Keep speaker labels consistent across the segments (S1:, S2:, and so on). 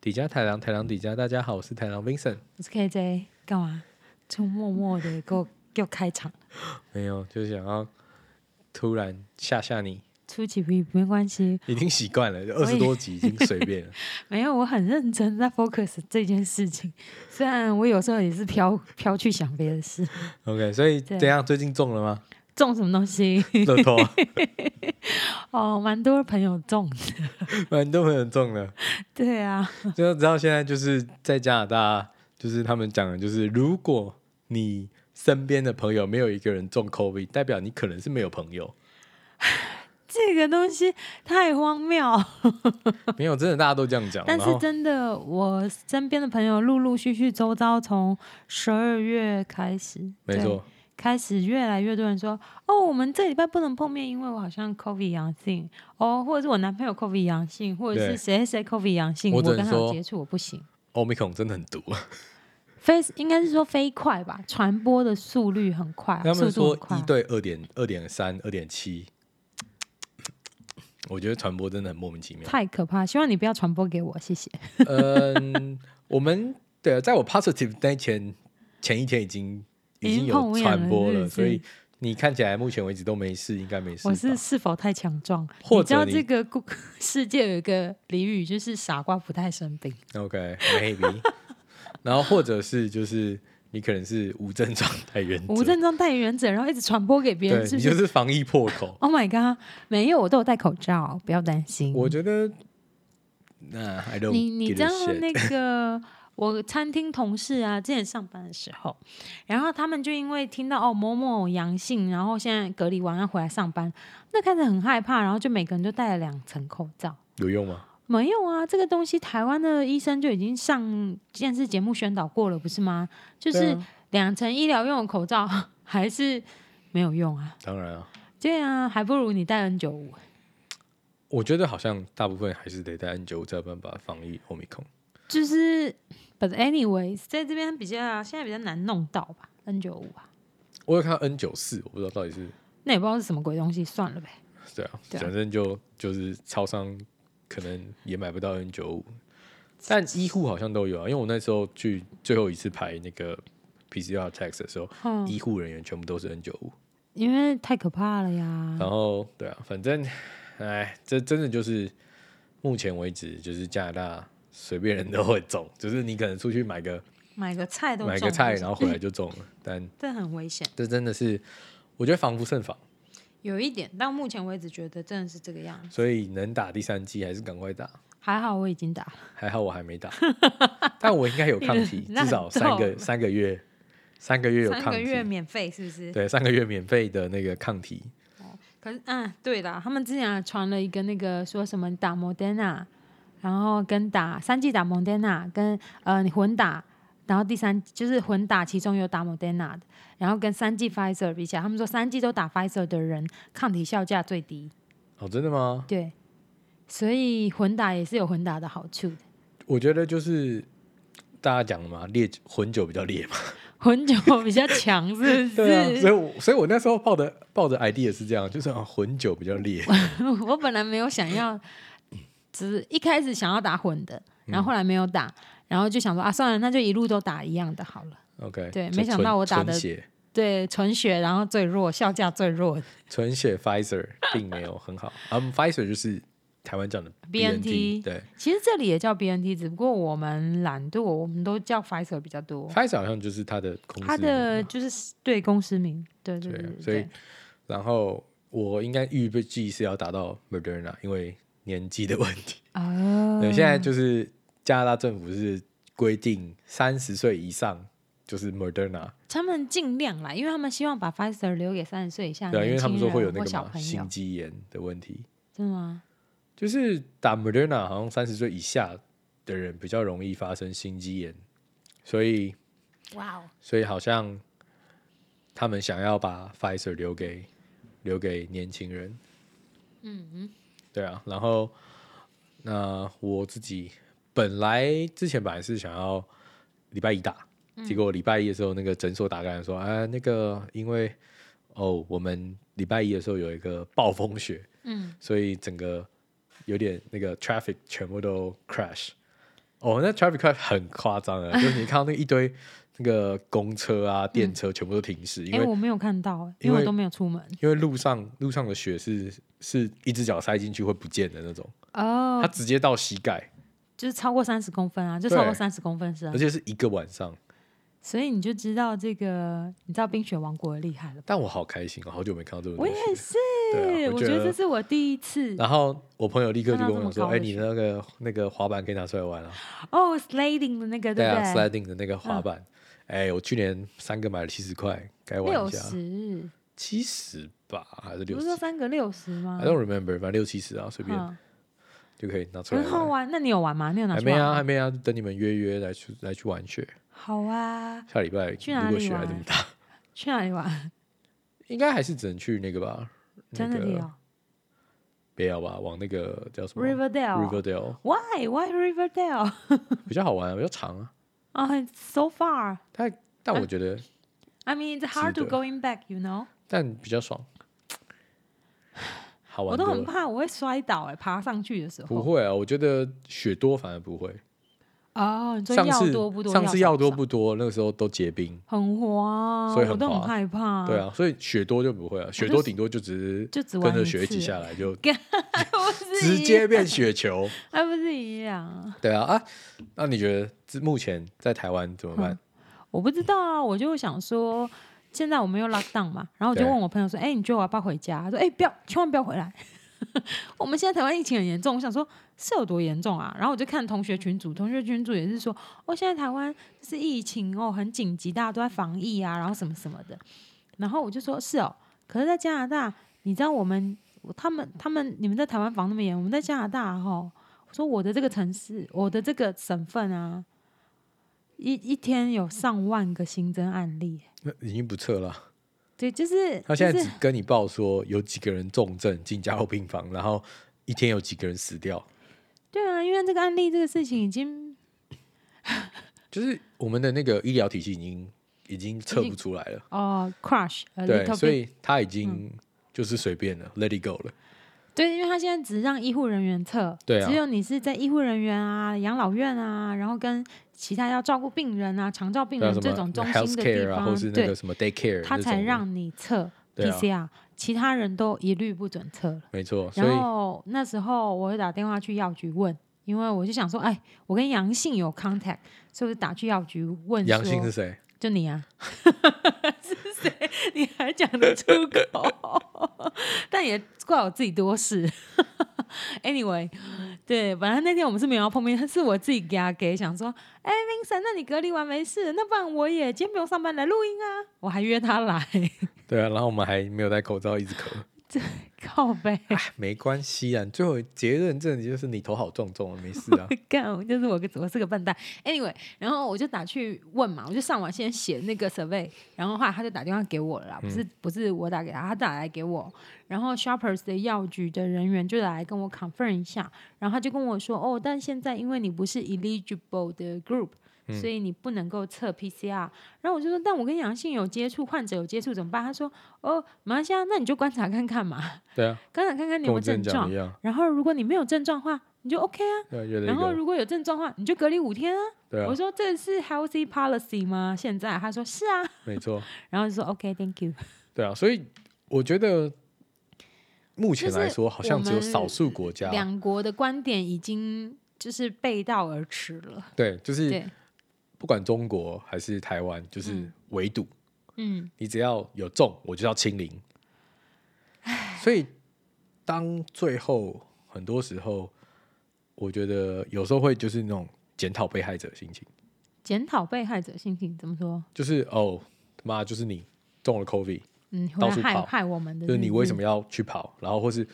S1: 底加台郎，台郎底加，大家好，我是台郎 Vincent。
S2: 我是 KJ，干嘛？就默默的 给我给我开场，
S1: 没有，就是想要突然吓吓你，
S2: 出其不意没关系，
S1: 已经习惯 了，二
S2: 我
S1: 十
S2: 也
S1: 多集已经随便 了。
S2: 没有，我很认真在 focus 这件事情，虽然我有时候也是飘飘去想别的事，
S1: OK，所以
S2: 对
S1: 怎样？最近中了吗？
S2: 中什么东西
S1: 乐透，啊
S2: 哦，蛮多朋友中的，
S1: 蛮多朋友中了。
S2: 对啊，
S1: 就知道现在就是在加拿大，就是他们讲的，就是如果你身边的朋友没有一个人中 COVID，代表你可能是没有朋友。
S2: 这个东西太荒谬，
S1: 没有，真的大家都这样讲。
S2: 但
S1: 然
S2: 是
S1: 后
S2: 真的，我身边的朋友陆陆续续周遭从十二月开始，
S1: 没
S2: 对
S1: 错，
S2: 开始越来越多人说，哦，我们这礼拜不能碰面，因为我好像 COVID 阳性，哦，或者是我男朋友 COVID 阳性，或者
S1: 对
S2: 是谁谁 COVID 阳性，
S1: 我
S2: 我
S1: 只能
S2: 跟他有
S1: 说
S2: 接触，我不行。
S1: 欧米孔真的很毒。
S2: 飞应该是说飞快吧，传播的速率很快啊，
S1: 他
S2: 速
S1: 们
S2: 度
S1: 说
S2: 很快
S1: 一。对二点二点三二点七， 我觉得传播真的很莫名其妙。
S2: 太可怕！希望你不要传播给我，谢谢。
S1: 嗯，我们对，啊在我 positive 那前前一天已经已经有传播
S2: 已经碰面
S1: 了，
S2: 了
S1: 所以你看起来目前为止都没事，应该没事吧。
S2: 我是是否太强壮？
S1: 或者
S2: 你知道
S1: 你
S2: 这个故 世界有一个俚语，就是傻瓜不太生病。
S1: OK，maybe，、然 后或者是就是你可能是无症状带原者，
S2: 无症状代言人者，然后一直传播给别
S1: 对
S2: 人，是
S1: 你
S2: 不
S1: 就是是防疫破口。
S2: ？Oh my god！没有，我都有戴口罩，不要担心。
S1: 我觉得，那、I don't
S2: 你你
S1: give
S2: 知
S1: a
S2: 道
S1: shit
S2: 那 个我餐厅同事啊，之前上班的时候，然后他们就因为听到哦某某阳性，然后现在隔离完要回来上班，那开始很害怕，然后就每个人就戴了两层口罩。
S1: 有用吗？
S2: 没有啊，这个东西台湾的医生就已经上电视节目宣导过了，不是吗？就
S1: 对
S2: 是
S1: 啊
S2: 两层医疗用的口罩 还是没有用啊。
S1: 当然啊，
S2: 对啊，还不如你戴 N 九五。
S1: 我觉得好像大部分还是得戴 N 九才有办法防疫 Omicron。
S2: 就是，but anyways，在这边比较现在比较难弄到吧，N 九五啊，
S1: 我有看到 N 九四，我不知道到底是
S2: 那也不知道是什么鬼东西，算了呗。
S1: 对啊，
S2: 对啊
S1: 反正就就是超商可能也买不到 N 九五，但医护好像都有啊，因为我那时候去最后一次排那个 PCR test 的时候，
S2: 嗯，
S1: 医护人员全部都是 N 九五。
S2: 因为太可怕了呀。
S1: 然后对啊，反正哎，这真的就是目前为止，就是加拿大随便人都会中，就是你可能出去买个
S2: 买个菜都
S1: 买个
S2: 中
S1: 菜，
S2: 就是
S1: 然后回来就中了。但
S2: 这很危险，
S1: 这真的是，我觉得防不胜防，
S2: 有一点。到目前为止，觉得真的是这个样子。
S1: 所以能打第三季还是赶快打。
S2: 还好我已经打了，
S1: 还好我还没 打，但我应该有抗体，
S2: 你的
S1: 至少三
S2: 那很
S1: 个
S2: 痛
S1: 三个月，三个月有
S2: 三
S1: 抗
S2: 个月
S1: 体，
S2: 免费是不是？
S1: 对，三个月免费的那个抗体，
S2: 可是，嗯，对啦，他们之前还传了一个那个说什么打 Moderna，然后跟打三剂打 Moderna，跟呃你混打，然后第三就是混打，其中有打 Moderna 的，然后跟三剂 Pfizer 比起来，他们说三剂都打 Pfizer 的人抗体效价最低，
S1: 哦，真的吗？
S2: 对，所以混打也是有混打的好处的，
S1: 我觉得就是大家讲的嘛，烈酒混酒比较烈嘛。
S2: 混酒比较强，是 不
S1: 对啊，所
S2: 是？
S1: 以我所以我那时候抱的抱着 idea 是这样，就是啊混酒比较 烈，
S2: 我本来没有想要，只是一开始想要打混的，
S1: 嗯
S2: 然后后来没有打。然后就想说啊，算了，那就一路都打一样的好了。
S1: OK，
S2: 对
S1: 就
S2: 没想
S1: 纯
S2: 到我打
S1: 纯
S2: 得
S1: 血
S2: 对，纯血，然后最弱，效价最弱
S1: 纯血 Pfizer 并没有很好，啊、p f i z e r 就是台湾讲的
S2: BNT。
S1: 对
S2: 其实这里也叫 BNT，只不过我们懒惰，我们都叫 Pfizer 比较多。
S1: ，Pfizer 好像就是它的公司
S2: 它
S1: 名
S2: 的
S1: 嘛
S2: 就是对公司名，对对
S1: 对啊
S2: 对，
S1: 所以
S2: 对
S1: 然后我应该预备计是要达到 Moderna，因为年纪的问 题。
S2: 哦，
S1: 对，现在就是加拿大政府是规定三十岁以上就是 Moderna，
S2: 他们尽量啦，因为他们希望把 Pfizer 留给三十岁以下
S1: 对啊，因为
S2: 年
S1: 他们
S2: 轻
S1: 说
S2: 人
S1: 会有那
S2: 或
S1: 个
S2: 小
S1: 嘛
S2: 朋
S1: 心
S2: 友，
S1: 肌炎的问题，
S2: 真的吗？
S1: 就是打 Moderna 好像三十岁以下的人比较容易发生心肌炎，所以
S2: 哇哦，
S1: 所以好像他们想要把 Pfizer 留给留给年轻人。嗯对啊。然后那我自己本来之前本来是想要礼拜一打，结果礼拜一的时候那个诊所打过来说，啊，那个因为哦我们礼拜一的时候有一个暴风雪，
S2: 嗯，
S1: 所以整个有点那个 traffic 全部都 crash。哦，那 traffic cut 很夸张的，就是你看到那一堆那个公车啊、电车全部都停驶，因
S2: 哎、
S1: 为
S2: 我没有看到、欸，
S1: 因
S2: 因为
S1: 为
S2: 我都没有出门。
S1: 因为路上路上的雪是是一只脚塞进去会不见的那种，
S2: 哦
S1: 它，直接到膝盖，
S2: 就是超过三十公分啊，就超过
S1: 对
S2: 三十公分是啊
S1: 而，且是一个晚上。
S2: 所以你就知道这个，你知道冰雪王国的厉害了吧？
S1: 但我好开心，哦，好久没看到这么多
S2: 我
S1: 雪。
S2: 也是，
S1: 对啊我
S2: 我
S1: 觉
S2: 觉得
S1: 得
S2: 这是我第一次
S1: 然后我朋友立刻就
S2: 看
S1: 跟
S2: 到
S1: 我
S2: 这么
S1: 讲说：“
S2: 高
S1: 哎、
S2: 的
S1: 你
S2: 雪
S1: 那个那个滑板可以拿出来玩了、啊。
S2: 哦，sliding 的那个，”
S1: 对
S2: 不
S1: 啊
S2: 对？
S1: ，sliding 的那个滑
S2: 嗯
S1: 板，哎、我去年三个买了七十块，该玩
S2: 六
S1: 一下。
S2: 十，
S1: 七十吧，还是
S2: 不
S1: 六
S2: 是
S1: 十
S2: 说三个六十吗
S1: ？I？don't remember，反正六七十啊，随便
S2: 嗯，
S1: 就可以拿出来
S2: 很好
S1: 玩。
S2: 玩。那你有玩吗？你有拿
S1: 还
S2: 去
S1: 没
S2: 玩
S1: 啊，
S2: 吗？
S1: 还没啊，等你们约约来去来去玩雪。
S2: 好啊，
S1: 下礼拜
S2: 去哪
S1: 如果
S2: 里
S1: 雪还
S2: 玩
S1: 这么大，
S2: 去哪里玩？
S1: 应该还是只能去那个吧，
S2: 真的
S1: 那个
S2: 有
S1: 不要吧，往那个叫什么
S2: Riverdale。
S1: Riverdale
S2: Why why Riverdale？
S1: 比较好玩，比较长啊。
S2: 啊、s o far。
S1: 但
S2: 啊
S1: 但我觉得，
S2: I mean, it's hard
S1: 值
S2: to
S1: 得
S2: going back, you know.
S1: 但比较爽，好
S2: 我
S1: 玩
S2: 都
S1: 多
S2: 很
S1: 了。
S2: 怕我会摔倒哎、爬上去的时
S1: 不
S2: 候。
S1: 会啊，我觉得雪多反而不会。
S2: 哦，你说
S1: 上
S2: 要
S1: 次
S2: 多不多？
S1: 上次要多
S2: 少
S1: 不多，那个时候都结冰，
S2: 少很滑，
S1: 所以很
S2: 我都很
S1: 滑
S2: 害怕。
S1: 对，啊，所以雪多就不会啊，雪
S2: 就
S1: 多
S2: 是
S1: 顶多就只是
S2: 就只
S1: 跟
S2: 玩
S1: 着
S2: 一
S1: 雪一起
S2: 次
S1: 下来，就
S2: 不是
S1: 直
S2: 一
S1: 接变雪 球。
S2: 还不是一样？
S1: 对啊啊，那你觉得自目前在台湾怎么办？
S2: 嗯我不知道啊，我就想说，现在我们又 lock down 嘛，然后我就
S1: 对
S2: 问我朋友说，哎、你觉得我要不要回家？他说，哎、不要，千万不要回来。我们现在台湾疫情很严重，我想说是有多严重啊？然后我就看同学群组，同学群组也是说，哦，现在台湾就是疫情哦，很紧急，大家都在防疫啊，然后什么什么的。然后我就说，是哦，可是，在加拿大，你知道我们他们他们你们在台湾防那么严，我们在加拿大哦，我说我的这个城市，我的这个省份啊，一一天有上万个新增案例，
S1: 那已经不测了啊。
S2: 对，就是
S1: 他现在
S2: 就
S1: 只
S2: 是
S1: 跟你报说有几个人重症进加护病房，然后一天有几个人死掉，
S2: 对啊，因为这个案例这个事情已经
S1: 就是我们的那个医疗体系已经已经测不出来了。
S2: 哦 crush a
S1: 对
S2: little，bit，
S1: 所以他已
S2: 嗯
S1: 经就是随便了、l e t it go 了。
S2: 对，因为他现在只让医护人员测，
S1: 对啊
S2: 只有你是在医护人员啊、养老院啊，然后跟其他要照顾病人啊、长照病
S1: 对啊，什
S2: 人这
S1: 么
S2: 种中心的地
S1: healthcare 啊，
S2: 方，
S1: 或是那
S2: 对
S1: 个，什么 daycare，
S2: 他
S1: 那
S2: 才
S1: 种的
S2: 让你测
S1: 对啊
S2: PCR，、其他人都一律不准测了。
S1: 没错。所以
S2: 然后那时候我就打电话去药局问，因为我就想说，哎，我跟阳性有 contact，所以我就打去药局问说，
S1: 阳性是谁？
S2: 就你啊， 是谁？ 你还讲得出口？ 但也怪我自己多事。anyway，对，本来那天我们是没有要碰面，但是我自己给他给想说，哎、v i n c e n t 那你隔离完没事，那不然我也今天不用上班来录音啊，我还约他来，
S1: 对啊，然后我们还没有戴口罩，一直咳。
S2: 靠背。
S1: 哎，没关系啊，最后结论这里就是你头好重重，没事啊。
S2: 干，就是我个我是个笨蛋。Anyway，然后我就打去问嘛，我就上网先写那个 survey，然后后来他就打电话给我了啦，不是、
S1: 嗯
S2: 不是我打给他，他打来给我。然后 Shoppers 的药局的人员就来跟我 confirm 一下，然后他就跟我说，哦，但现在因为你不是 eligible 的 group。
S1: 嗯
S2: 所以你不能够测 PCR，然后我就说，但我跟阳性有接触，患者有接触怎么办？他说，哦，马来西亚，那你就观察看看嘛，
S1: 对啊，
S2: 观察看看你
S1: 跟
S2: 有没
S1: 我
S2: 有
S1: 之前
S2: 症
S1: 讲
S2: 状
S1: 的一。样。
S2: 然后如果你没有症状的话，你就 OK 啊。
S1: 对啊，越来
S2: 然后
S1: 越
S2: 如果有症状的话，你就隔离五天啊。
S1: 对啊
S2: 我，说这是 healthy policy 吗？现在他说是啊，
S1: 没错，
S2: 然后就说 OK，thank、you。
S1: 对啊，所以我觉得目前
S2: 就是
S1: 来说，好像只有
S2: 我们
S1: 少数国家，
S2: 两国的观点已经就是背道而驰了。
S1: 对，就是
S2: 对，
S1: 不管中国还是台湾，就是
S2: 嗯
S1: 围堵，
S2: 嗯，
S1: 你只要有中，我就要清零。所以当最后很多时候，我觉得有时候会就是那种检讨被害者心情，
S2: 检讨被害者心情怎么说？
S1: 就是哦，妈就是你中了 COVID。
S2: 嗯，回
S1: 到
S2: 来
S1: 处
S2: 害
S1: 跑
S2: 害我们的，
S1: 就是你为什
S2: 么？
S1: 么要去跑，然后或是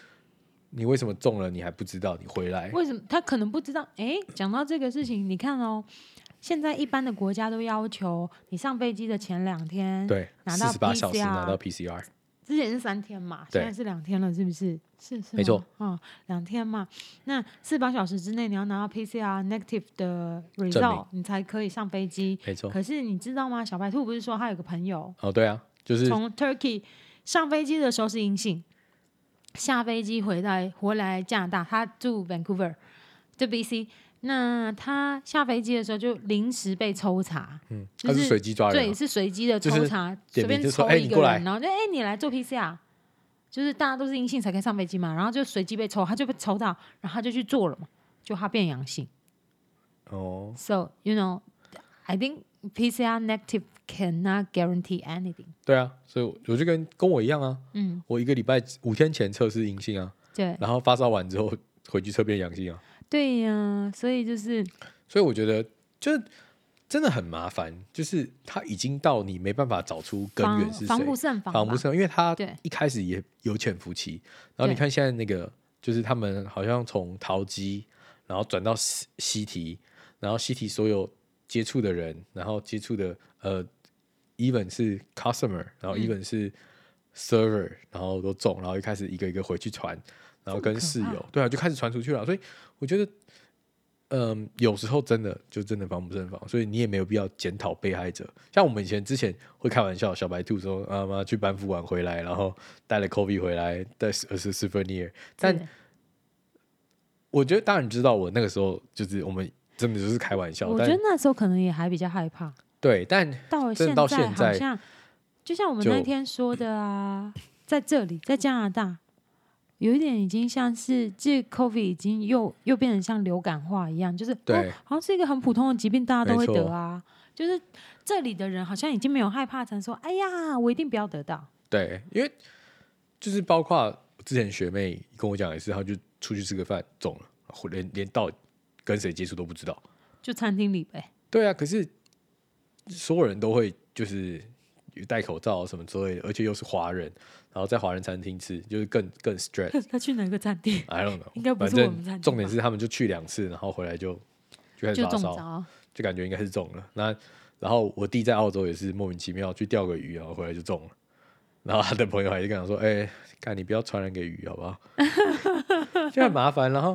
S1: 你为什么中了你还不知道，你回来，
S2: 为什么他可能不知道？哎，讲到这个事情，你看哦，现在一般的国家都要求你上飞机的前两天，
S1: 对，
S2: 拿到
S1: 四十八小时
S2: PCR
S1: 拿到 PCR，
S2: 之前是三天嘛，
S1: 对
S2: 现在是两天了，是不是？是是吗，
S1: 没错
S2: 嗯，两天嘛。那四十八小时之内你要拿到 PCR negative 的
S1: 证
S2: result，
S1: 明
S2: 你才可以上飞机。
S1: 没错。
S2: 可是你知道吗？小白兔不是说他有个朋友
S1: 哦，对啊，就是
S2: 从 Turkey 上飞机的时候是阴性，下飞机回来回来加拿大，他住 Vancouver，就 BC。那他下飞机的时候就临时被抽查，
S1: 嗯，
S2: 就
S1: 他是
S2: 是
S1: 随机抓人
S2: 对，
S1: 啊，
S2: 是随机的
S1: 就是
S2: 抽查，随
S1: 点名
S2: 便
S1: 就说
S2: 抽
S1: 哎
S2: 一
S1: 你
S2: 个
S1: 过
S2: 人，
S1: 来
S2: 然后就哎、你来做 PCR，就是大家都是阴性才可以上飞机嘛，然后就随机被抽，他就被抽到，然后他就去做了嘛，就他变阳性。
S1: 哦，
S2: So you know, I think PCR negative cannot guarantee anything。
S1: 对啊，所以我就跟跟我一样啊，
S2: 嗯，
S1: 我一个礼拜五天前测试阴性啊，
S2: 对
S1: 然后发烧完之后回去测变阳性啊，
S2: 对呀、所以就是
S1: 所以我觉得就是真的很麻烦，就是他已经到你没办法找出根
S2: 防
S1: 源是谁，
S2: 防不胜防吧，
S1: 防不胜，因为他
S2: 对
S1: 一开始也有潜伏期，然后你
S2: 对
S1: 看现在那个，就是他们好像从桃机，然后转到西西提，然后西提所有接触的人，然后接触的呃，even 是 customer，然
S2: 嗯
S1: 后 even 是 server，、然后都中，然后一开始一个一个回去传，然后跟室
S2: 这么可
S1: 友，对啊，就开始传出去了，所以我觉得。嗯，有时候真的就真的防不胜防，所以你也没有必要检讨被害者。像我们以前之前会开玩笑，小白兔说啊妈去班夫玩回来，然后带了 COVID 回来，带呃是 souvenir。但
S2: 对
S1: 我觉得当然知道，我那个时候就是我们真的就是开玩笑，
S2: 我觉得
S1: 但
S2: 那时候可能也还比较害怕，
S1: 对，但
S2: 到了
S1: 真
S2: 现
S1: 的
S2: 在
S1: 到现在
S2: 好像就像我们
S1: 就
S2: 那天说的啊，在这里，在加拿大，有一点已经像是这 COVID 已经又又变成像流感化一样，就是
S1: 对
S2: 哦，好像是一个很普通的疾病，大家都会
S1: 没错
S2: 得啊。就是这里的人好像已经没有害怕，成说哎呀，我一定不要得到。
S1: 对，因为就是包括之前学妹跟我讲也是，她就出去吃个饭中了，或连连到底跟谁接触都不知道。
S2: 就餐厅里呗，
S1: 对啊，可是所有人都会就是戴口罩什么之类的，而且又是华人，然后在华人餐厅吃，就是更更 stress。
S2: 他去哪个餐 厅
S1: I don't know，
S2: 应该不
S1: 反
S2: 是我们餐
S1: 正
S2: 厅
S1: 重点
S2: 吧
S1: 是他们就去两次，然后回来就就开始
S2: 就
S1: 发
S2: 中
S1: 烧，
S2: 招，
S1: 就感觉应该是中了。那然后我弟在澳洲也是莫名其妙去钓个鱼，然后回来就中了。然后他的朋友还是跟他说：“哎、看你不要传染给鱼好不好？” 就很麻烦。然后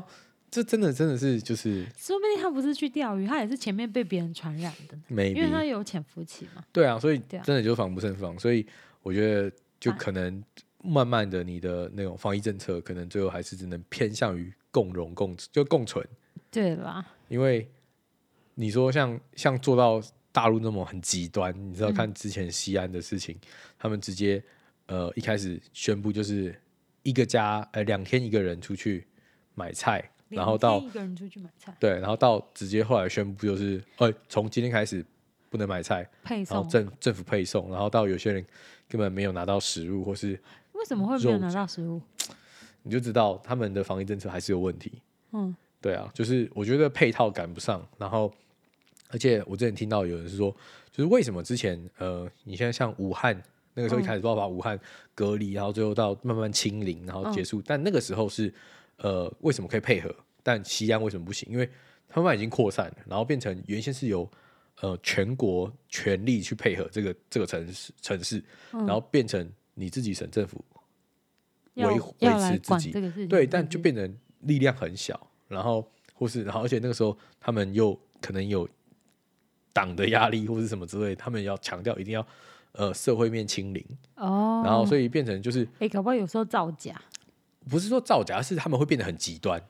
S1: 这真的真的是就是
S2: 说不定他不是去钓鱼，他也是前面被别人传染的呢，
S1: maybe
S2: 因为他有潜伏期嘛。
S1: 对啊，所以
S2: 对啊
S1: 真的就防不胜防，所以我觉得就
S2: 哎
S1: 可能慢慢的你的那种防疫政策，可能最后还是只能偏向于共荣共就共存，
S2: 对啦，
S1: 因为你说像像做到大陆那么很极端，你
S2: 嗯
S1: 知道看之前西安的事情，他们直接呃一开始宣布就是一个家呃两天一个人出去买菜，然后到
S2: 两天一个人出去买菜
S1: 对，然后到直接后来宣布就是呃从今天开始不能买菜。
S2: 配
S1: 然
S2: 送
S1: 后，政政府配送，然后到有些人根本没有拿到食物，或是
S2: 为什么会没有
S1: 肉
S2: 拿到食物？
S1: 你就知道他们的防疫政策还是有问题。
S2: 嗯，
S1: 对啊，就是我觉得配套赶不上，然后而且我之前听到有人是说，就是为什么之前呃，你现在像武汉那个时候一
S2: 嗯
S1: 开始爆发武汉隔离，然后最后到慢慢清零，然
S2: 嗯
S1: 后结束，但那个时候是呃，为什么可以配合，但西安为什么不行？因为他们已经扩散了，然后变成原先是由呃全国全力去配合这个这个城市城市，
S2: 嗯
S1: 然后变成你自己省政府
S2: 要
S1: 维
S2: 要
S1: 维持
S2: 来
S1: 自
S2: 管
S1: 己
S2: 这个事情，
S1: 对，
S2: 是
S1: 但
S2: 不
S1: 就是变成力量很小，然后或是然后而且那个时候他们又可能有党的压力或是什么之类，他们要强调一定要呃社会面清零，
S2: 哦，
S1: 然后所以变成就是
S2: 哎、搞不好有时候造假，
S1: 不是说造假，是他们会变得很极端，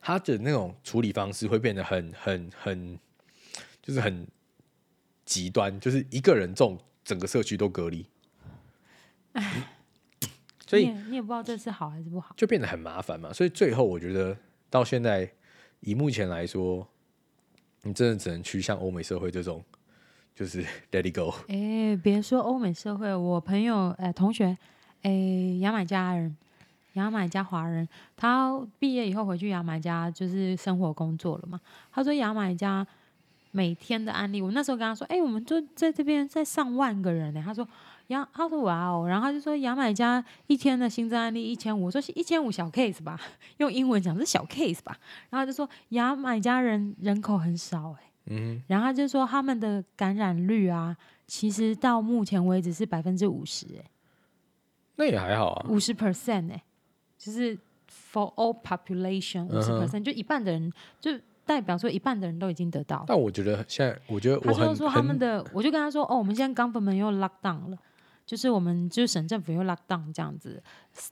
S1: 他的那种处理方式会变得很很很就是很极端，就是一个人中整个社区都隔离，所以
S2: 你也你也不知道这是好还是不好。
S1: 就变得很麻烦嘛。所以最后我觉得到现在，以目前来说，你真的只能趋向欧美社会这种，就是 let it go。
S2: 哎、别说欧美社会，我朋友呃同学，哎、牙买加人，牙买加华人，他毕业以后回去牙买加就是生活工作了嘛。他说牙买加每天的案例，我那时候跟他说，哎、我们就在这边在上万个人呢、他说牙，他说哇哦，然后他就说牙买加一天的新增案例一千五，我说是一千五小 case 吧， 用英文讲是小 case 吧。然后他就说牙买加人人口很少、哎。
S1: 嗯
S2: 然后他就说他们的感染率啊，其实到目前为止是百分之五十，欸
S1: 哼，那也还好啊。
S2: 五十 percent 哎，就是 for all population 五
S1: 嗯
S2: 十
S1: 哼
S2: percent，就一半的人，就代表说一半的人都已经得到了。
S1: 但我觉得现在，我觉得
S2: 他
S1: 我
S2: 就
S1: 很
S2: 说他们
S1: 很
S2: 的，我就跟他说，哦，我们现在 government 又 lock down 了，就是我们就是省政府又 lock down 这样子，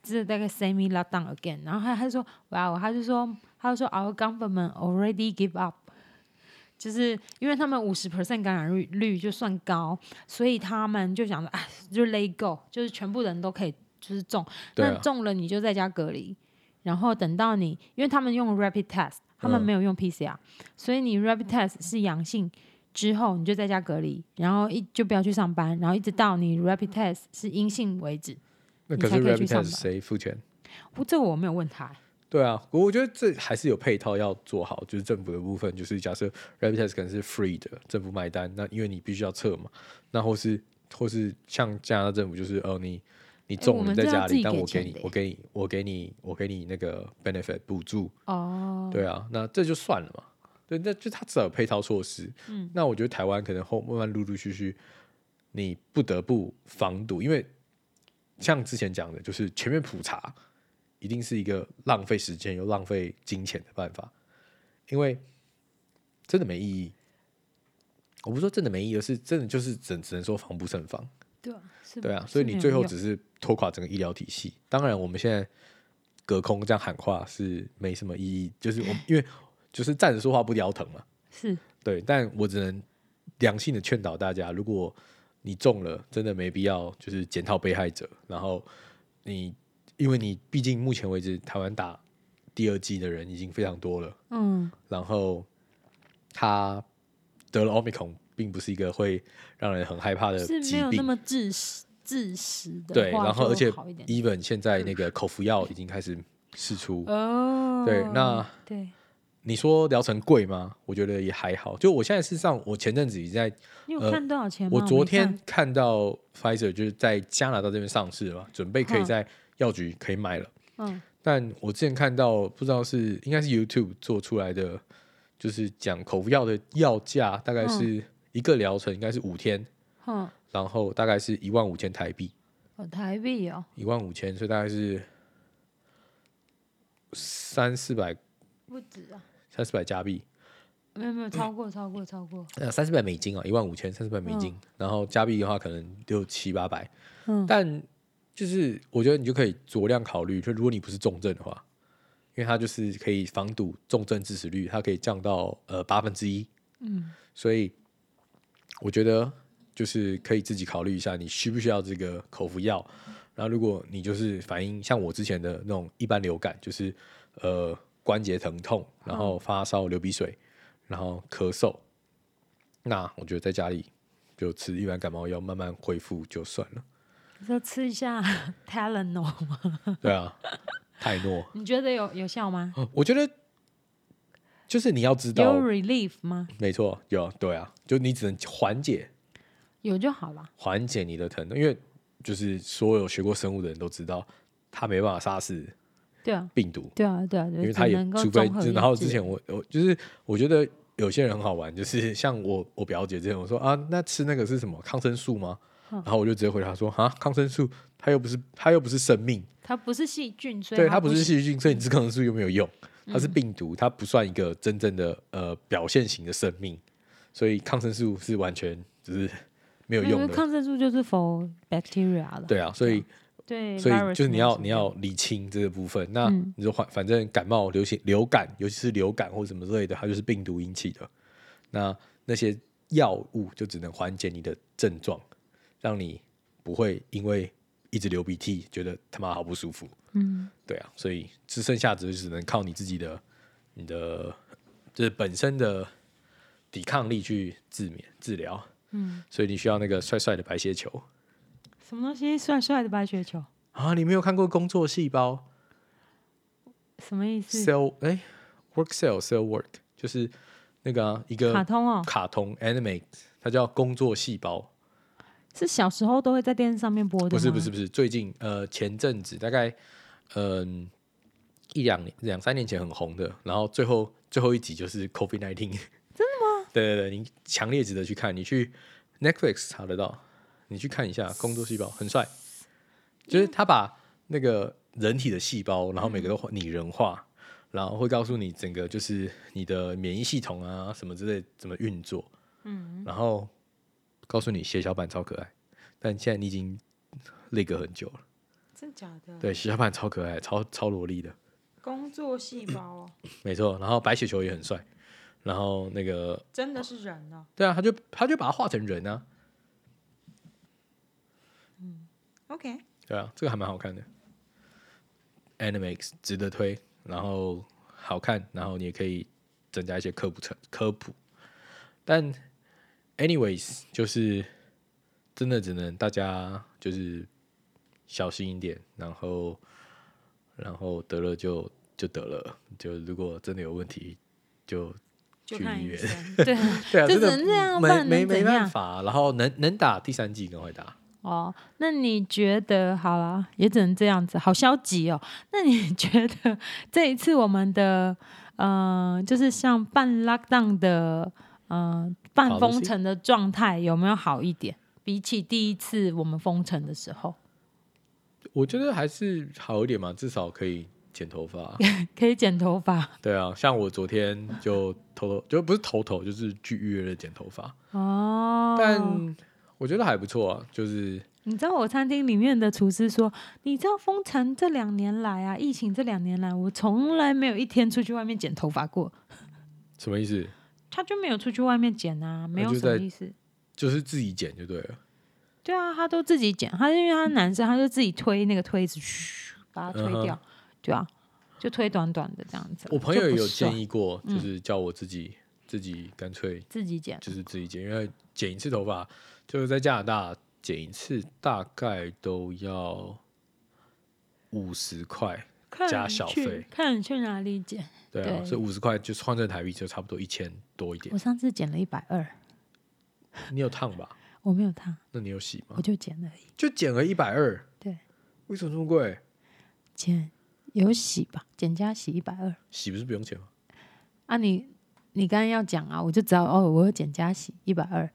S2: 这大概 semi lock down again。然后他他就说，哇哦，他就说，他他就说 Our government already give up，就是因为他们五十 percent 感染率率就算高，所以他们就想说，哎，就 let it go，就是全部人都可以就是中，
S1: 对
S2: 那
S1: 啊，
S2: 中了你就在家隔离，然后等到你，因为他们用 rapid test，他们
S1: 嗯
S2: 没有用 PCR，、所以你 rapid test 是阳性之后，你就在家隔离，然后一就不要去上班，然后一直到你 rapid test 是阴性为止。
S1: 那
S2: 你
S1: 可是
S2: 才可以
S1: rapid
S2: 去上
S1: test
S2: 班
S1: 谁付钱？
S2: 不，这个我没有问他、欸
S1: 对啊，我我觉得这还是有配套要做好，就是政府的部分，就是假设 rapid test 可能是 free 的，政府买单，那因为你必须要测嘛，那或是或是像加拿大政府就是哦你你中
S2: 哎我
S1: 了
S2: 们
S1: 你在
S2: 这要
S1: 家
S2: 自
S1: 里，
S2: 己
S1: 但
S2: 给
S1: 我给
S2: 钱
S1: 你
S2: 的
S1: 我给你我给你我给你那个 benefit 补助，
S2: 哦，
S1: 对啊，那这就算了嘛，对，那就他至少有配套措施，嗯，那我觉得台湾可能后慢慢陆陆续续，你不得不防堵，因为像之前讲的，就是全面普查，一定是一个浪费时间又浪费金钱的办法，因为真的没意义。我不是说真的没意义，而是真的就是只只能说防不胜防，
S2: 对啊，是
S1: 对啊，所以
S2: 是
S1: 你
S2: 没有
S1: 最后
S2: 用
S1: 只是拖垮整个医疗体系。当然，我们现在隔空这样喊话是没什么意义，就是我们因为就是站着说话不腰疼嘛，
S2: 是
S1: 对。但我只能良性的劝导大家，如果你中了，真的没必要就是检讨被害者，然后你因为你毕竟目前为止台湾打第二季的人已经非常多了。
S2: 嗯，
S1: 然后他得了奥密克戎，并不是一个会让人很害怕的
S2: 是没
S1: 疾
S2: 有那
S1: 病。
S2: 么致死致死的
S1: 呃对，
S2: 话
S1: 然后
S2: 就
S1: 而且
S2: 好一点
S1: even 现在那个口服药已经开始试出。
S2: 哦，
S1: 对那
S2: 对，
S1: 你说疗程贵吗？我觉得也还好。就我现在事实上，我前阵子已经在，
S2: 你有
S1: 呃
S2: 看多少钱吗？
S1: 我昨
S2: 嗯没看
S1: 天看到 Pfizer 就是在加拿大这边上市了嘛，准备可以
S2: 嗯
S1: 在药局可以买了。
S2: 嗯
S1: 但我之前看到，不知道是应该是 YouTube 做出来的，就是讲口服药的药价大
S2: 嗯
S1: 概是一个疗程应该是五天，
S2: 哼，
S1: 然后大概是一万五千台币，
S2: 哦台币哦，
S1: 一万五千，所以大概是三四百
S2: 不止啊，
S1: 三四百加币，
S2: 没有没有超过超过超过，
S1: 呃，三四百美金啊，一万五千三四百美金，然后加币的话可能六七八百，
S2: 嗯
S1: 但就是我觉得你就可以酌量考虑，就如果你不是重症的话，因为它就是可以防堵重症致死率，它可以降到呃八分之一，
S2: 嗯，
S1: 所以我觉得就是可以自己考虑一下，你需不需要这个口服药。然后如果你就是反应像我之前的那种一般流感，就是呃关节疼痛，然
S2: 嗯
S1: 后发烧、流鼻水，然后咳嗽，那我觉得在家里就吃一般感冒药，慢慢恢复就算了。
S2: 你说吃一下 Tylenol 吗？
S1: 对啊， 泰诺，
S2: 你觉得有有效吗？
S1: 我觉得就是你要知
S2: 哦有
S1: 道，
S2: relief 吗？
S1: 没错，有对啊，就你只能缓解
S2: 有就好了。
S1: 缓解你的疼痛，因为就是所有学过生物的人都知道，它没办法杀死
S2: 对啊，
S1: 病毒，
S2: 对啊，对啊，因
S1: 因为它也
S2: 能够
S1: 除非
S2: 综合抑
S1: 就
S2: 制
S1: 然后之前我我就是我觉得有些人很好玩，就是像我我表姐之前我说啊，那吃那个是什么抗生素吗？
S2: 嗯
S1: 然后我就直接回答说啊，抗生素它又不是它又不是生命，
S2: 它不是嗯细菌，所以
S1: 对，它
S2: 它
S1: 不
S2: 不
S1: 是
S2: 行
S1: 细菌，所以你吃抗生素又没有用，它是病毒，它不算一个真正的呃表现型的生命，所以抗生素是完全 就是没有
S2: 因
S1: 用
S2: 为
S1: 的。
S2: 抗生素就是 for bacteria 了。
S1: 对啊，所以
S2: 对，啊
S1: 所
S2: virus
S1: 以就是你
S2: 没有
S1: 要
S2: 什么
S1: 你
S2: 用
S1: 要理清这个部分。那
S2: 嗯
S1: 你就反反正感冒、流行、流感，尤其是流感或者什么之类的，它就是病毒引起的。那那些药物就只能缓解你的症状，让你不会因为一直流鼻涕觉得他妈好不舒服。
S2: 嗯，
S1: 对啊，所以只剩下只是只能靠你自己的你的就是本身的抵抗力去治免治疗。
S2: 嗯，
S1: 所以你需要那个帅帅的白血球
S2: 什么东西帅帅的白血球，
S1: 啊！你没有看过《工作细胞》？
S2: 什么意思？
S1: cell 哎、w o r k cell cell work 就是那个啊、一个
S2: 卡通哦，
S1: 卡通 anime，它叫工作细胞，
S2: 是小时候都会在电视上面播的吗？
S1: 不是不是不是，最近呃前阵子大概嗯、一两年两三年前很红的，然后最后最后一集就是 COVID nineteen，真的吗？对对对，你强烈值得去看，你去 Netflix 查得到，你去看一下《工作细胞》，很帅，就是他把那个人体的细胞，然后每个都拟人化，然后会告诉你整个就是你的免疫系统啊什么之类怎么运作，嗯，然后告诉你血小板超可爱，但现在你已经那个很久了，
S2: 真假的？嗯
S1: 对，血小板超可爱，超超萝莉的，
S3: 工作细胞哦，
S1: 没错。然后白血球也很帅，然后那个
S3: 真的是人哦。
S1: 对啊，他就他就把它画成人啊，
S3: OK，
S1: 对啊，这个还蛮好看的。Animax 值得推，然后好看，然后你也可以增加一些科普成科普。但，anyways，就是真的只能大家就是小心一点，然后然后得了就就得了，就如果真的有问题就
S3: 就
S1: 去
S3: 看
S1: 医
S3: 医
S1: 院
S3: 生。
S2: 对，
S1: 对啊，
S2: 就
S1: 真的
S2: 只能这样不
S1: 没
S2: 然
S1: 没
S2: 能怎
S1: 没办
S2: 样
S1: 法。啊然后能能打第三季赶快打，
S2: 哦，那你觉得好了，也只能这样子，好消极哦。 那你觉得这一次我们的呃，就是像半 lockdown 的呃半
S1: Policy？
S2: 封城的状态有没有好一点？比起第一次我们封城的时候，
S1: 我觉得还是好一点嘛，至少可以剪头发。啊
S2: 可以剪头发
S1: 对啊，像我昨天就偷偷就不是偷偷，就是去预约了剪头发，
S2: 哦。
S1: 但我觉得还不错啊，就是
S2: 你知道我餐厅里面的厨师说，你知道封城这两年来啊，疫情这两年来，我从来没有一天出去外面剪头发过，
S1: 什么意思？
S2: 他就没有出去外面剪啊，没
S1: 那
S2: 有
S1: 就
S2: 什么
S1: 在
S2: 意思。
S1: 就是自己剪就对了。
S2: 对啊，他都自己剪，他因为他男生，他就自己推那个推子，嘘，把它推掉，
S1: 嗯
S2: 对啊，就推短短的这样子。
S1: 我朋友
S2: 就
S1: 也
S2: 不
S1: 有
S2: 帅嗯
S1: 建议过，就是叫我自己、自己干脆
S2: 自己剪，
S1: 就是自己剪，因为剪一次头发就是在加拿大剪一次大概都要五十块，
S2: 看
S1: 加
S2: 你
S1: 小
S2: 去
S1: 费
S2: 看你去哪里剪。
S1: 对啊，
S2: 对
S1: 所以五十块就换成台币就差不多一千多一点
S2: 我。上次剪了一百二，
S1: 你有烫吧？
S2: 我没有烫，
S1: 那你有洗吗
S2: 我？就剪而已。
S1: 就剪了一百二，
S2: 对，
S1: 为什么这么贵？
S2: 剪有洗吧，剪加洗一百二
S1: 洗不是不用钱吗？
S2: 啊你！你刚刚要讲啊，我就知道哦，我有剪加洗一百二，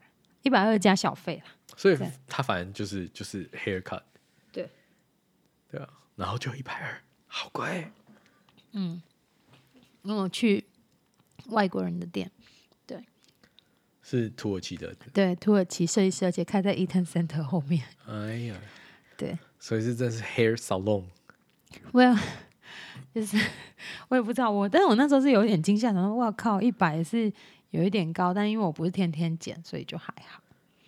S2: 一百二加小费啦。
S1: 所以
S2: 对
S1: 他反正就是就是 haircut，
S2: 对，
S1: 对啊，然后就一百二，好贵。
S2: 因为我去外国人的店，
S1: 是土耳其的，
S2: 对，土耳其设计师，而且开在 Eaton Center 后面，
S1: 哎呀，
S2: 对。
S1: 所以是真是 hair salon，
S2: Well，就是我也不知道我，但是我那时候是有点惊吓，然后哇靠，一百是有一点高，但因为我不是天天剪，所以就还好。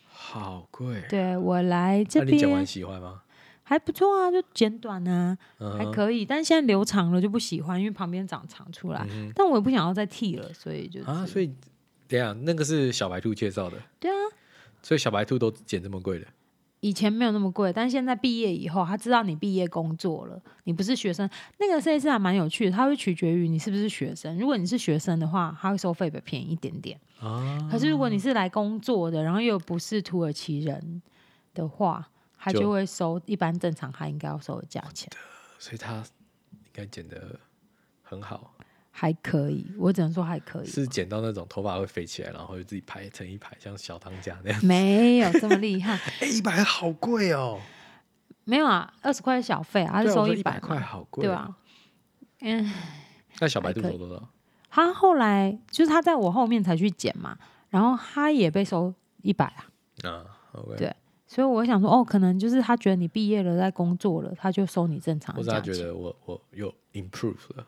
S1: 好贵。
S2: 对我来这
S1: 啊那你剪
S2: 边
S1: 完喜欢吗？
S2: 还不错啊，就剪短啊，
S1: 嗯
S2: 还
S1: 哼，
S2: 可以，但现在留长了就不喜欢，因为旁边长长出来，
S1: 嗯
S2: 但我也不想要再剃了，所以就
S1: 哼
S2: 是、
S1: 啊，所以等一下那个是小白兔介绍的，
S2: 对啊。
S1: 所以小白兔都剪这么贵的，
S2: 以前没有那么贵，但现在毕业以后，他知道你毕业工作了，你不是学生，那个设计师还蛮有趣的，他会取决于你是不是学生。如果你是学生的话，他会收费比较便宜一点点
S1: 啊。
S2: 可是如果你是来工作的，然后又不是土耳其人的话，他
S1: 就
S2: 就会收一般正常他应该要收的价钱，
S1: 所以他应该剪得很好，
S2: 还可以，我只能说还可以，
S1: 是剪到那种头发会飞起来，然后自己排成一排，像小当家那样。
S2: 没有这么厉害，
S1: 哎，一百好贵哦，
S2: 没有啊，二十块小费啊，他
S1: 对
S2: 是
S1: 啊
S2: 收
S1: 我说
S2: 一
S1: 100
S2: 百
S1: 块，啊好贵，
S2: 对吧、？嗯。
S1: 那小白
S2: 还
S1: 兔
S2: 可
S1: 收多少？
S2: 他后来就是他在我后面才去剪嘛，然后他也被收一百啊，
S1: 啊，OK，
S2: 对所以我想说，哦，可能就是他觉得你毕业了，在工作了，他就收你正常
S1: 或
S2: 的
S1: 者他
S2: 价
S1: 觉
S2: 钱。
S1: 得我我有 improve 了，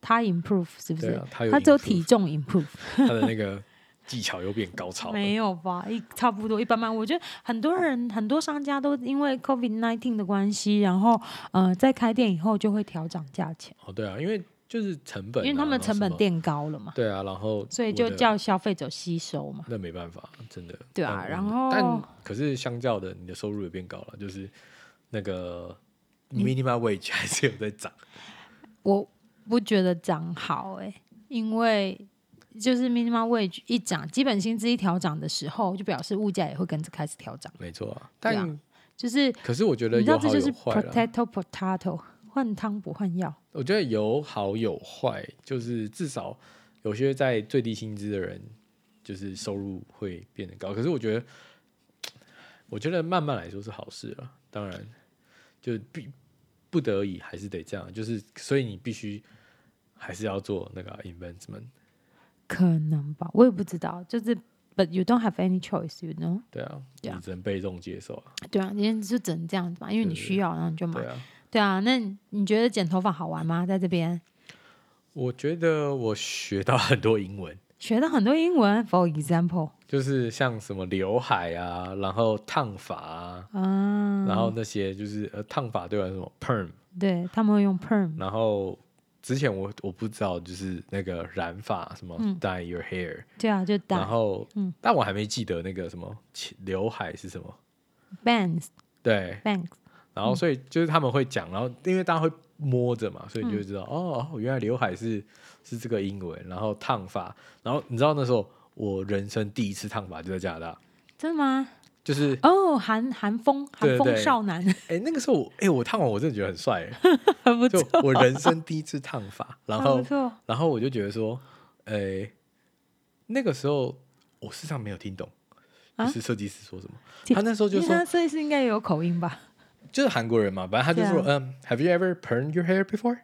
S2: 他 improve 是不
S1: 对
S2: 是？
S1: 啊，他有
S2: 他只有
S1: improve
S2: 体重 improve，
S1: 他的那个技巧又变高超了，
S2: 没有吧？一差不多一般般。我觉得很多人很多商家都因为 COVID nineteen 的关系，然后呃，在开店以后就会调涨价钱，
S1: 哦，对啊，因为就是成本啊，
S2: 因为他们
S1: 然后
S2: 成
S1: 什
S2: 本
S1: 么，
S2: 垫高了嘛，
S1: 对啊，然后
S2: 所以
S1: 我
S2: 就
S1: 的
S2: 叫消费者吸收嘛。
S1: 那没办法，真的，
S2: 对啊
S1: 但
S2: 然
S1: 我但
S2: 后
S1: 可是相较的，你的收入也变高了，就是那个 minimum wage 还是有在涨，
S2: 我不觉得涨好哎、因为就是 minimum wage 一涨，基本薪资一调涨的时候，就表示物价也会跟着开始调涨。
S1: 没错啊，
S2: 对啊
S1: 但
S2: 就是
S1: 可是我觉得
S2: 你知道
S1: 有
S2: 这
S1: 好
S2: 就是
S1: 有坏啊啦。
S2: potato potato，换汤不换药。
S1: 我觉得有好有坏，就是至少有些在最低薪资的人，就是收入会变得高。可是我觉得，嗯我觉得慢慢来说是好事了。当然，就必不得已还是得这样，就是所以你必须还是要做那个 investment，
S2: 可能吧，我也不知道，就是 but you don't have any choice，you know？
S1: 对啊，
S2: 对啊
S1: 你只能被动接受啊，
S2: 对啊，今天就只能这样子嘛，因为你
S1: 对对
S2: 需要，然后你就买
S1: 对。啊。
S2: 对啊，那你觉得剪头发好玩吗？在这边
S1: 我觉得我学到很多英文，
S2: 学到很多英文，for example
S1: 就是像什么刘海啊，然后烫发啊，
S2: 啊，
S1: 然后那些就是呃烫发对吧？什么 perm，
S2: 对他们会用 perm，
S1: 然后之前我我不知道就是那个染发什么
S2: 嗯
S1: dye your hair，、
S2: 对啊，就
S1: 然
S2: 打
S1: 后
S2: 嗯
S1: 但我还没记得那个什么刘海是什么，
S2: bangs
S1: 对，
S2: bangs，
S1: 然
S2: 嗯
S1: 后所以就是他们会讲，然后因为大家会摸着嘛，所以你就
S2: 嗯
S1: 会知道、哦，哦原来刘海是是这个英文，然后烫发，然后你知道那时候我人生第一次烫发就在加拿大，
S2: 真的吗？
S1: 就是
S2: 哦，韩韩风韩
S1: 对
S2: 风
S1: 对
S2: 少男
S1: 哎、那个时候我哎、我烫完我真的觉得很帅，
S2: 很不
S1: 就
S2: 错，
S1: 我人生第一次烫发，然
S2: 很不
S1: 后
S2: 错，
S1: 然后我就觉得说，哎、那个时候我事实上没有听懂，
S2: 啊
S1: 就是设计师说什么，
S2: 其
S1: 他那时候
S2: 因
S1: 就
S2: 为
S1: 说
S2: 他设计师应该也有口音吧？
S1: 就是韩国人嘛，反正他就说，
S2: 对啊
S1: 嗯、h a v e you ever permed your hair before？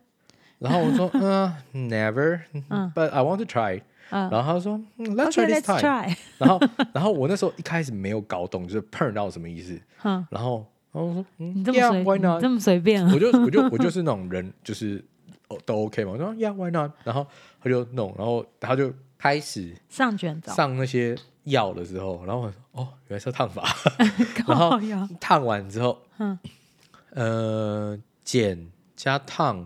S1: 然后我 说，嗯、n e v e r
S2: 嗯
S1: b u t I want to try。
S2: 嗯
S1: 然后他说、嗯、，Let's
S2: ，OK
S1: try this
S2: let's
S1: time。
S2: try，
S1: 然后，然后我那时候一开始没有搞懂，就是 perm 到底什么意思。
S2: 嗯，
S1: 然后，然后我说，嗯
S2: 你这么随
S1: ，Yeah，why
S2: 你
S1: not？
S2: 这么随便啊
S1: 我？就我就我就是那种人，就是哦都 OK 嘛。我说，Yeah，why not？然后他就弄，然后他就开始
S2: 上卷轴，
S1: 上那些药的时候，然后我说，哦，原来是要烫 发。然后
S2: 靠呀，
S1: 烫完之后，
S2: 嗯
S1: 呃，剪加烫，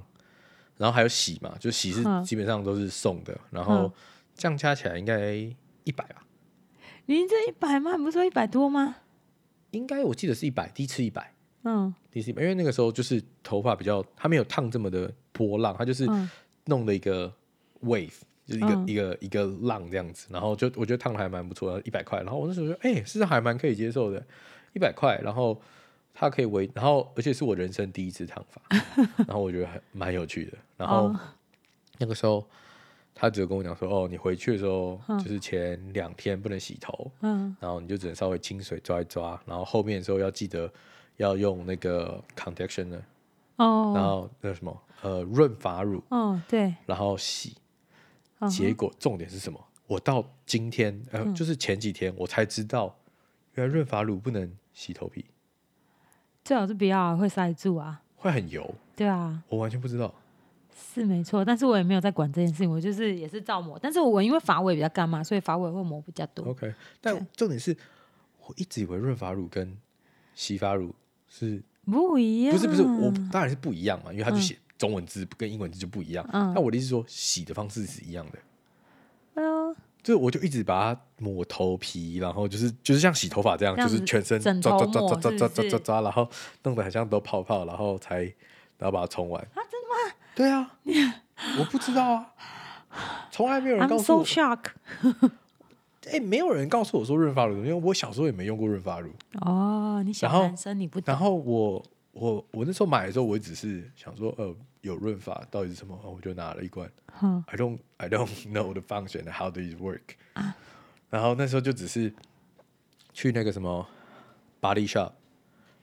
S1: 然后还有洗嘛，就洗是
S2: 嗯
S1: 基本上都是送的，然后
S2: 嗯
S1: 这样加起来应该一百吧，
S2: 你这一百吗？你不是说一百多吗？
S1: 应该我记得是一百，第一次一百，
S2: 嗯
S1: 第一次100，因为那个时候就是头发比较，它没有烫这么的波浪，它就是
S2: 嗯
S1: 弄了一个 wave。就是一个、
S2: 嗯
S1: 一个一个浪这样子，然后就我觉得烫的还蛮不错的，一百块。然后我那时候说，哎、是还蛮可以接受的，一百块。然后它可以维，然后而且是我人生第一次烫发，然后我觉得还蛮有趣的。然后、
S2: 哦
S1: 那个时候他只有跟我讲说，哦，你回去的时候
S2: 嗯
S1: 就是前两天不能洗头，
S2: 嗯，
S1: 然后你就只能稍微清水抓一抓，然后后面的时候要记得要用那个 conditioner，、然
S2: 哦
S1: 后那个什么呃润发乳，
S2: 哦，对，
S1: 然后洗。
S2: 嗯
S1: 结果重点是什么？我到今天呃，就是前几天我才知道，原来润发乳不能洗头皮，
S2: 最好是不要啊会塞住啊。
S1: 会很油。
S2: 对啊，
S1: 我完全不知道。
S2: 是没错，但是我也没有在管这件事情，我就是也是照抹，但是我因为发尾比较干嘛，所以发尾会抹比较多。
S1: OK，但重点是，我一直以为润发乳跟洗发乳是
S2: 不一样，啊
S1: 不是不是，我当然是不一样嘛，因为它就
S2: 嗯
S1: 写中文字跟英文字就不一样。
S2: 嗯
S1: 那我的意思是说，洗的方式是一样的，
S2: 哎呦，
S1: 就是我就一直把它抹头皮，然后就是就是像洗头发这样，
S2: 这
S1: 就
S2: 样子
S1: 是全身抓
S2: 整
S1: 抓
S2: 头
S1: 抓抓
S2: 抹
S1: 抓抓
S2: 是不
S1: 抓
S2: 是
S1: 抓抓，然后弄得很像都泡泡，然后才然后把它冲完。啊，真的吗？对啊，我不知道啊，从来没有人告
S2: I'm
S1: 诉
S2: so
S1: 我，
S2: shock。
S1: 哎，没有人告诉我说润发乳，因为我小时候也没用过润发乳。
S2: 哦，你小
S1: 然后
S2: 男生你不 懂
S1: 然后我我我那时候买的时候，我只是想说，呃，有润发到底是什么？哦我就拿了一罐。
S2: 嗯
S1: I don't I don't know the function how does it work 、然后那时候就只是去那个什么 Body Shop，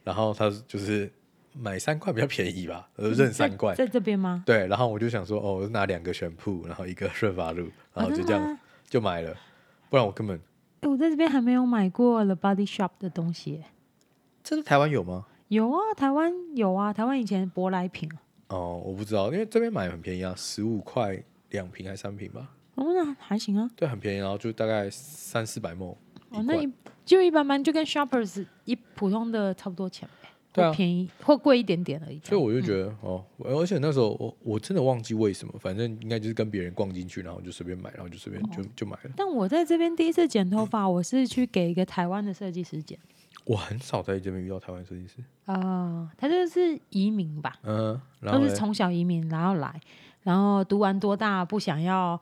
S1: 然后他就是买三罐比较便宜吧，呃，认三罐。
S2: 嗯在在这边吗？
S1: 对，然后我就想说，哦，我就拿两个宣铺，然后一个润发露，然后就这样、
S2: 哦真的吗
S1: 就买了，不然我根本
S2: 哎，我在这边还没有买过 The Body Shop 的东西耶。
S1: 这是台湾有吗？
S2: 有啊，台湾有啊，台湾以前舶来品。
S1: 哦，我不知道，因为这边买很便宜啊，十五块两瓶还三瓶吧，
S2: 哦，那还行啊，
S1: 对，很便宜，然后就大概三四百毛一
S2: 哦
S1: 罐，，
S2: 那一就一般般，就跟 Shoppers 一普通的差不多钱呗，
S1: 对啊
S2: 或便宜或贵一点点而已。
S1: 所以我就觉得、哦，我而且那时候我我真的忘记为什么，反正应该就是跟别人逛进去，然后就随便买，然后就
S2: 哦
S1: 随便就、就买了。
S2: 但我在这边第一次剪头发，我是去给一个台湾的设计师剪，
S1: 我很少在这边遇到台湾设计师，
S2: 啊，他就是移民吧，
S1: 嗯，然
S2: 都
S1: 后
S2: 是
S1: 嘞
S2: 从小移民然后来，然后读完多大不想要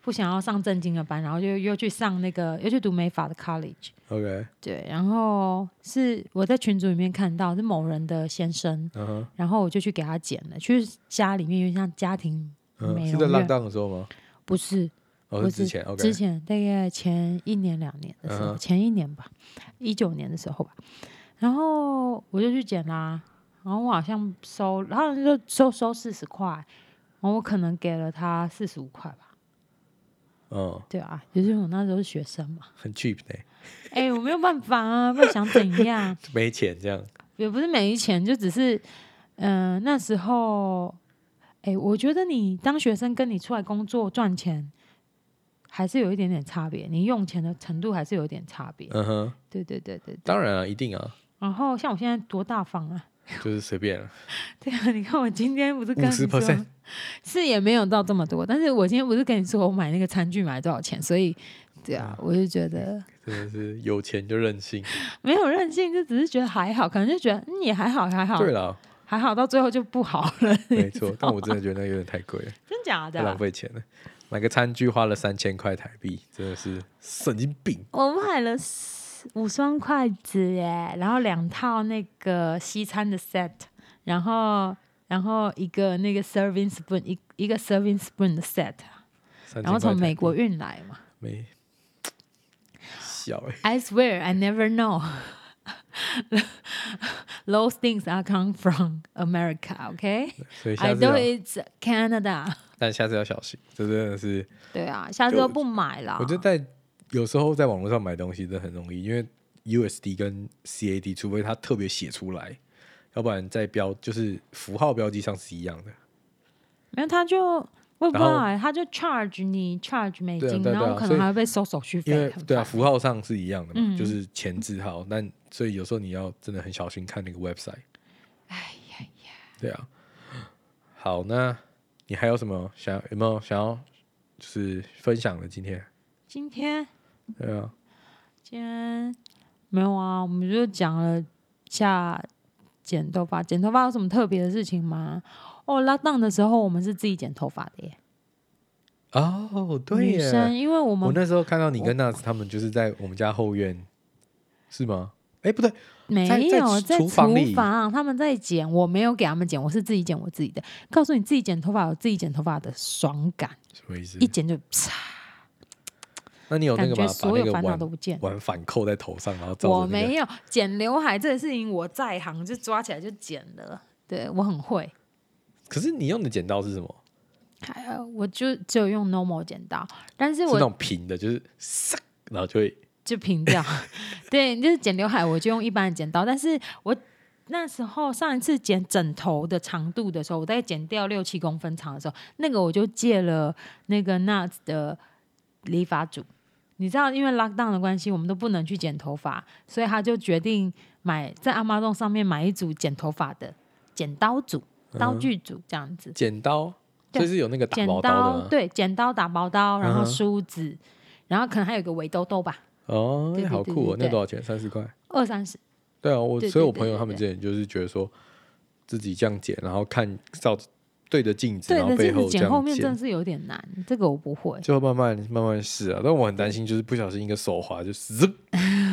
S2: 不想要上正经的班，然后就又去上那个又去读美法的 college，
S1: OK，
S2: 对，然后是我在群组里面看到是某人的先生，
S1: 嗯哼，
S2: 然后我就去给他剪了，去家里面有点像家庭
S1: 嗯，
S2: 美
S1: 是在
S2: 容
S1: 浪
S2: 院，
S1: 荡的时候吗？
S2: 不是
S1: 哦，
S2: 不
S1: 是
S2: 是
S1: 之前 OK，
S2: 之前大概前一年两年的时候，
S1: 嗯哼
S2: 前一年吧，一九年的时候吧，然后我就去剪啦，然后我好像收，然后就收收四十块，然后我可能给了他四十五块吧，
S1: 嗯，
S2: 对啊，就是我那时候是学生嘛，
S1: 很 cheap 呢、
S2: 哎、我没有办法啊，不然想怎样，
S1: 没钱这样，
S2: 呃也不是没钱，就只是，嗯、那时候，哎，我觉得你当学生跟你出来工作赚钱，还是有一点点差别，你用钱的程度还是有点差别。
S1: 嗯哼，
S2: 对对对对对。
S1: 当然啊，一定啊，
S2: 然后像我现在多大方啊！
S1: 就是随便啊。
S2: 对啊，你看我今天不是跟你说
S1: 50%，
S2: 是也没有到这么多，但是我今天不是跟你说我买那个餐具买多少钱，所以对啊，我就觉得
S1: 真的是有钱就任性。
S2: 没有任性，就只是觉得还好，可能就觉得嗯也还好还好
S1: 对了，
S2: 还好，到最后就不好了，
S1: 没错，但我真的觉得那有点太贵了，
S2: 真假
S1: 太
S2: 的
S1: 浪
S2: 啊？
S1: 费钱了。买个餐具花了三千块台币，真的是神经病。
S2: 我买了四五双筷子耶，然后两套那个西餐的 set，然后然后一个那个 serving spoon 一一个 serving spoon 的 set，
S1: 3000
S2: 然后
S1: 块
S2: 从
S1: 台
S2: 美
S1: 币
S2: 国运来嘛。
S1: 没笑 哎、
S2: I swear, I never know. Those things are come from America, OK?
S1: 所以
S2: I
S1: 下次啊
S2: know
S1: 要，
S2: it's Canada.
S1: 但下次要小心，这真的是，
S2: 对啊，下次
S1: 就
S2: 都不买啦。
S1: 我觉得在有时候在网络上买东西真的很容易，因为 USD 跟 CAD，除非它特别写出来，要不然在标就是符号标记上是一样的。
S2: 没有，他就我也不知
S1: 然
S2: 道
S1: 后
S2: 欸，他就 charge 你 charge 美
S1: 对啊
S2: 金，
S1: 对啊
S2: 然
S1: 对啊
S2: 后可
S1: 所
S2: 能
S1: 以
S2: 还会被收手续
S1: 因为
S2: 费。很嗯
S1: 对啊，
S2: 烦
S1: 符号上是一样的嘛，就是前字号，但所以有时候你要真的很小心看那个 website。
S2: 哎
S1: 呀呀，对啊。好，那你还有什么想有没有想要就是分享的？今天
S2: 今天
S1: 对啊，
S2: 今天没有啊，我们就讲了一下剪头发。剪头发有什么特别的事情吗？哦，拉档的时候我们是自己剪头发的耶，
S1: 哦，对
S2: 女生，
S1: 耶，
S2: 因为我
S1: 我
S2: 们
S1: 那时候看到你跟 Nas 他们就是在我们家后院，是吗？哎，不对，
S2: 没
S1: 在在
S2: 有
S1: 厨
S2: 在
S1: 厨房里
S2: 房他们在剪，我没有给他们剪，我是自己剪我自己的。告诉你，自己剪头发有自己剪头发的爽感，
S1: 什么意思
S2: 一？剪就啪，
S1: 那嗯你有那
S2: 感
S1: 个
S2: 觉
S1: 吗？把
S2: 所
S1: 那
S2: 有
S1: 个
S2: 烦恼
S1: 碗
S2: 都不见。
S1: 碗反扣在头上，然后照
S2: 我
S1: 着那
S2: 没
S1: 个，
S2: 有剪刘海这件事情，我在行，就抓起来就剪了。对我很会，
S1: 可是你用的剪刀是什么？
S2: 还有我就只有用 normal 剪刀，但是
S1: 是那
S2: 我
S1: 种平的，就是 嗖然后就会
S2: 就平掉。 对，就是剪刘海我就用一般的剪刀，但是我那时候上一次剪枕头的长度的时候，我大概剪掉六七公分长的时候，那个我就借了那个 Nuts 的理发组。你知道，因为 lockdown 的关系，我们都不能去剪头发，所以他就决定买在 Amazon 上面买一组剪头发的剪刀组、
S1: 嗯
S2: 刀具组这样子。
S1: 剪刀，
S2: 对
S1: 就是有那个打
S2: 剪
S1: 毛的吗？
S2: 对，剪刀、打包刀，然后
S1: 嗯哼
S2: 梳子，然后可能还有一个围兜兜吧，
S1: 哦，
S2: 对对
S1: 那好
S2: 对
S1: 酷哦！
S2: 对
S1: 那
S2: 对
S1: 多少钱？三十块。
S2: 二三十。
S1: 对啊，我
S2: 对
S1: 所以，
S2: 对
S1: 我
S2: 对
S1: 朋友
S2: 对
S1: 他们
S2: 对
S1: 之前就是觉得说，自己这样剪，然后看照对着镜子，
S2: 对
S1: 然后
S2: 的，
S1: 背
S2: 镜
S1: 后
S2: 子
S1: 这
S2: 剪后
S1: 样
S2: 面真的
S1: 剪，
S2: 是有点难，这个我不会。
S1: 就慢慢慢慢试啊。但我很担心，就是不小心一个手滑就 滋，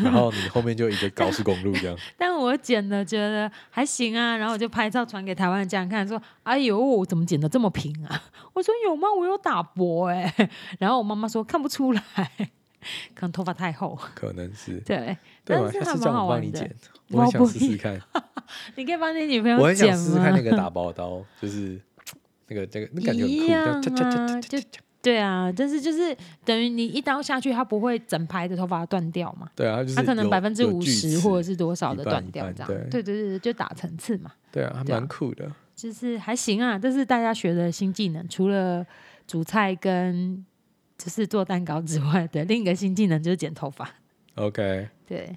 S1: 然后你后面就一个高速公路这样。
S2: 但我剪的觉得还行啊，然后我就拍照传给台湾的家人看，说：“哎呦，我怎么剪的这么平啊？”我说：“有吗？我有打薄哎、然后我妈妈说：“看不出来，可能头发太厚。
S1: 可能是”
S2: 对，
S1: 对
S2: 但
S1: 吧？
S2: 是
S1: 下
S2: 还
S1: 次
S2: 蛮
S1: 叫
S2: 好
S1: 我帮
S2: 玩
S1: 你
S2: 的
S1: 剪，
S2: 我
S1: 我很想
S2: 不
S1: 试试
S2: 要
S1: 看，
S2: 你可以帮你女朋友
S1: 我很想
S2: 剪
S1: 试试看
S2: 吗
S1: 那个打包刀，就是那个那个那感觉很酷
S2: 一样，
S1: 这样恰恰恰
S2: 啊，
S1: 恰
S2: 就对啊，但是就是等于你一刀下去，它不会整排的头发断掉嘛。
S1: 对啊，它就是
S2: 它可能
S1: 有
S2: 百分之
S1: 有
S2: 五
S1: 锯
S2: 十
S1: 齿
S2: 或者是多少
S1: 一
S2: 的
S1: 半
S2: 断
S1: 一
S2: 掉
S1: 半
S2: 这样，
S1: 对
S2: 对对对对，就打层次嘛，
S1: 对啊，还
S2: 对啊
S1: 蛮酷的。
S2: 就是还行啊。这是大家学的新技能，除了煮菜跟就是做蛋糕之外的另一个新技能就是剪头发，
S1: OK，
S2: 对，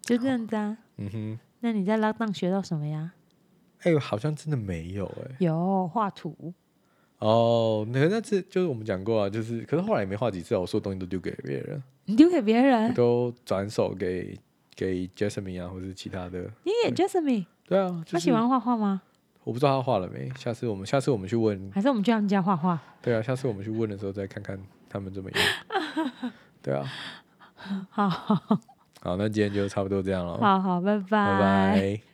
S2: 就这样子啊。
S1: 嗯哼，
S2: 那你在 lockdown 学到什么呀？
S1: 哎、呦，好像真的没有哎、
S2: 有画图，
S1: 哦，那那次就是我们讲过啊，就是可是后来也没画几次啊，我所有东西都丢给别人，
S2: 你丢给别
S1: 我
S2: 人，
S1: 都转手给给 Jasmine 啊，或是其他的。
S2: 你也 Jasmine，
S1: 对啊，就
S2: 他喜
S1: 是
S2: 欢画画吗？
S1: 我不知道他画了没，下次我们下次我们去问，
S2: 还是我们去他们家画画？
S1: 对啊，下次我们去问的时候再看看他们怎么样。对啊，
S2: 好好
S1: 好，那今天就差不多这样了，
S2: 好，拜
S1: 拜拜。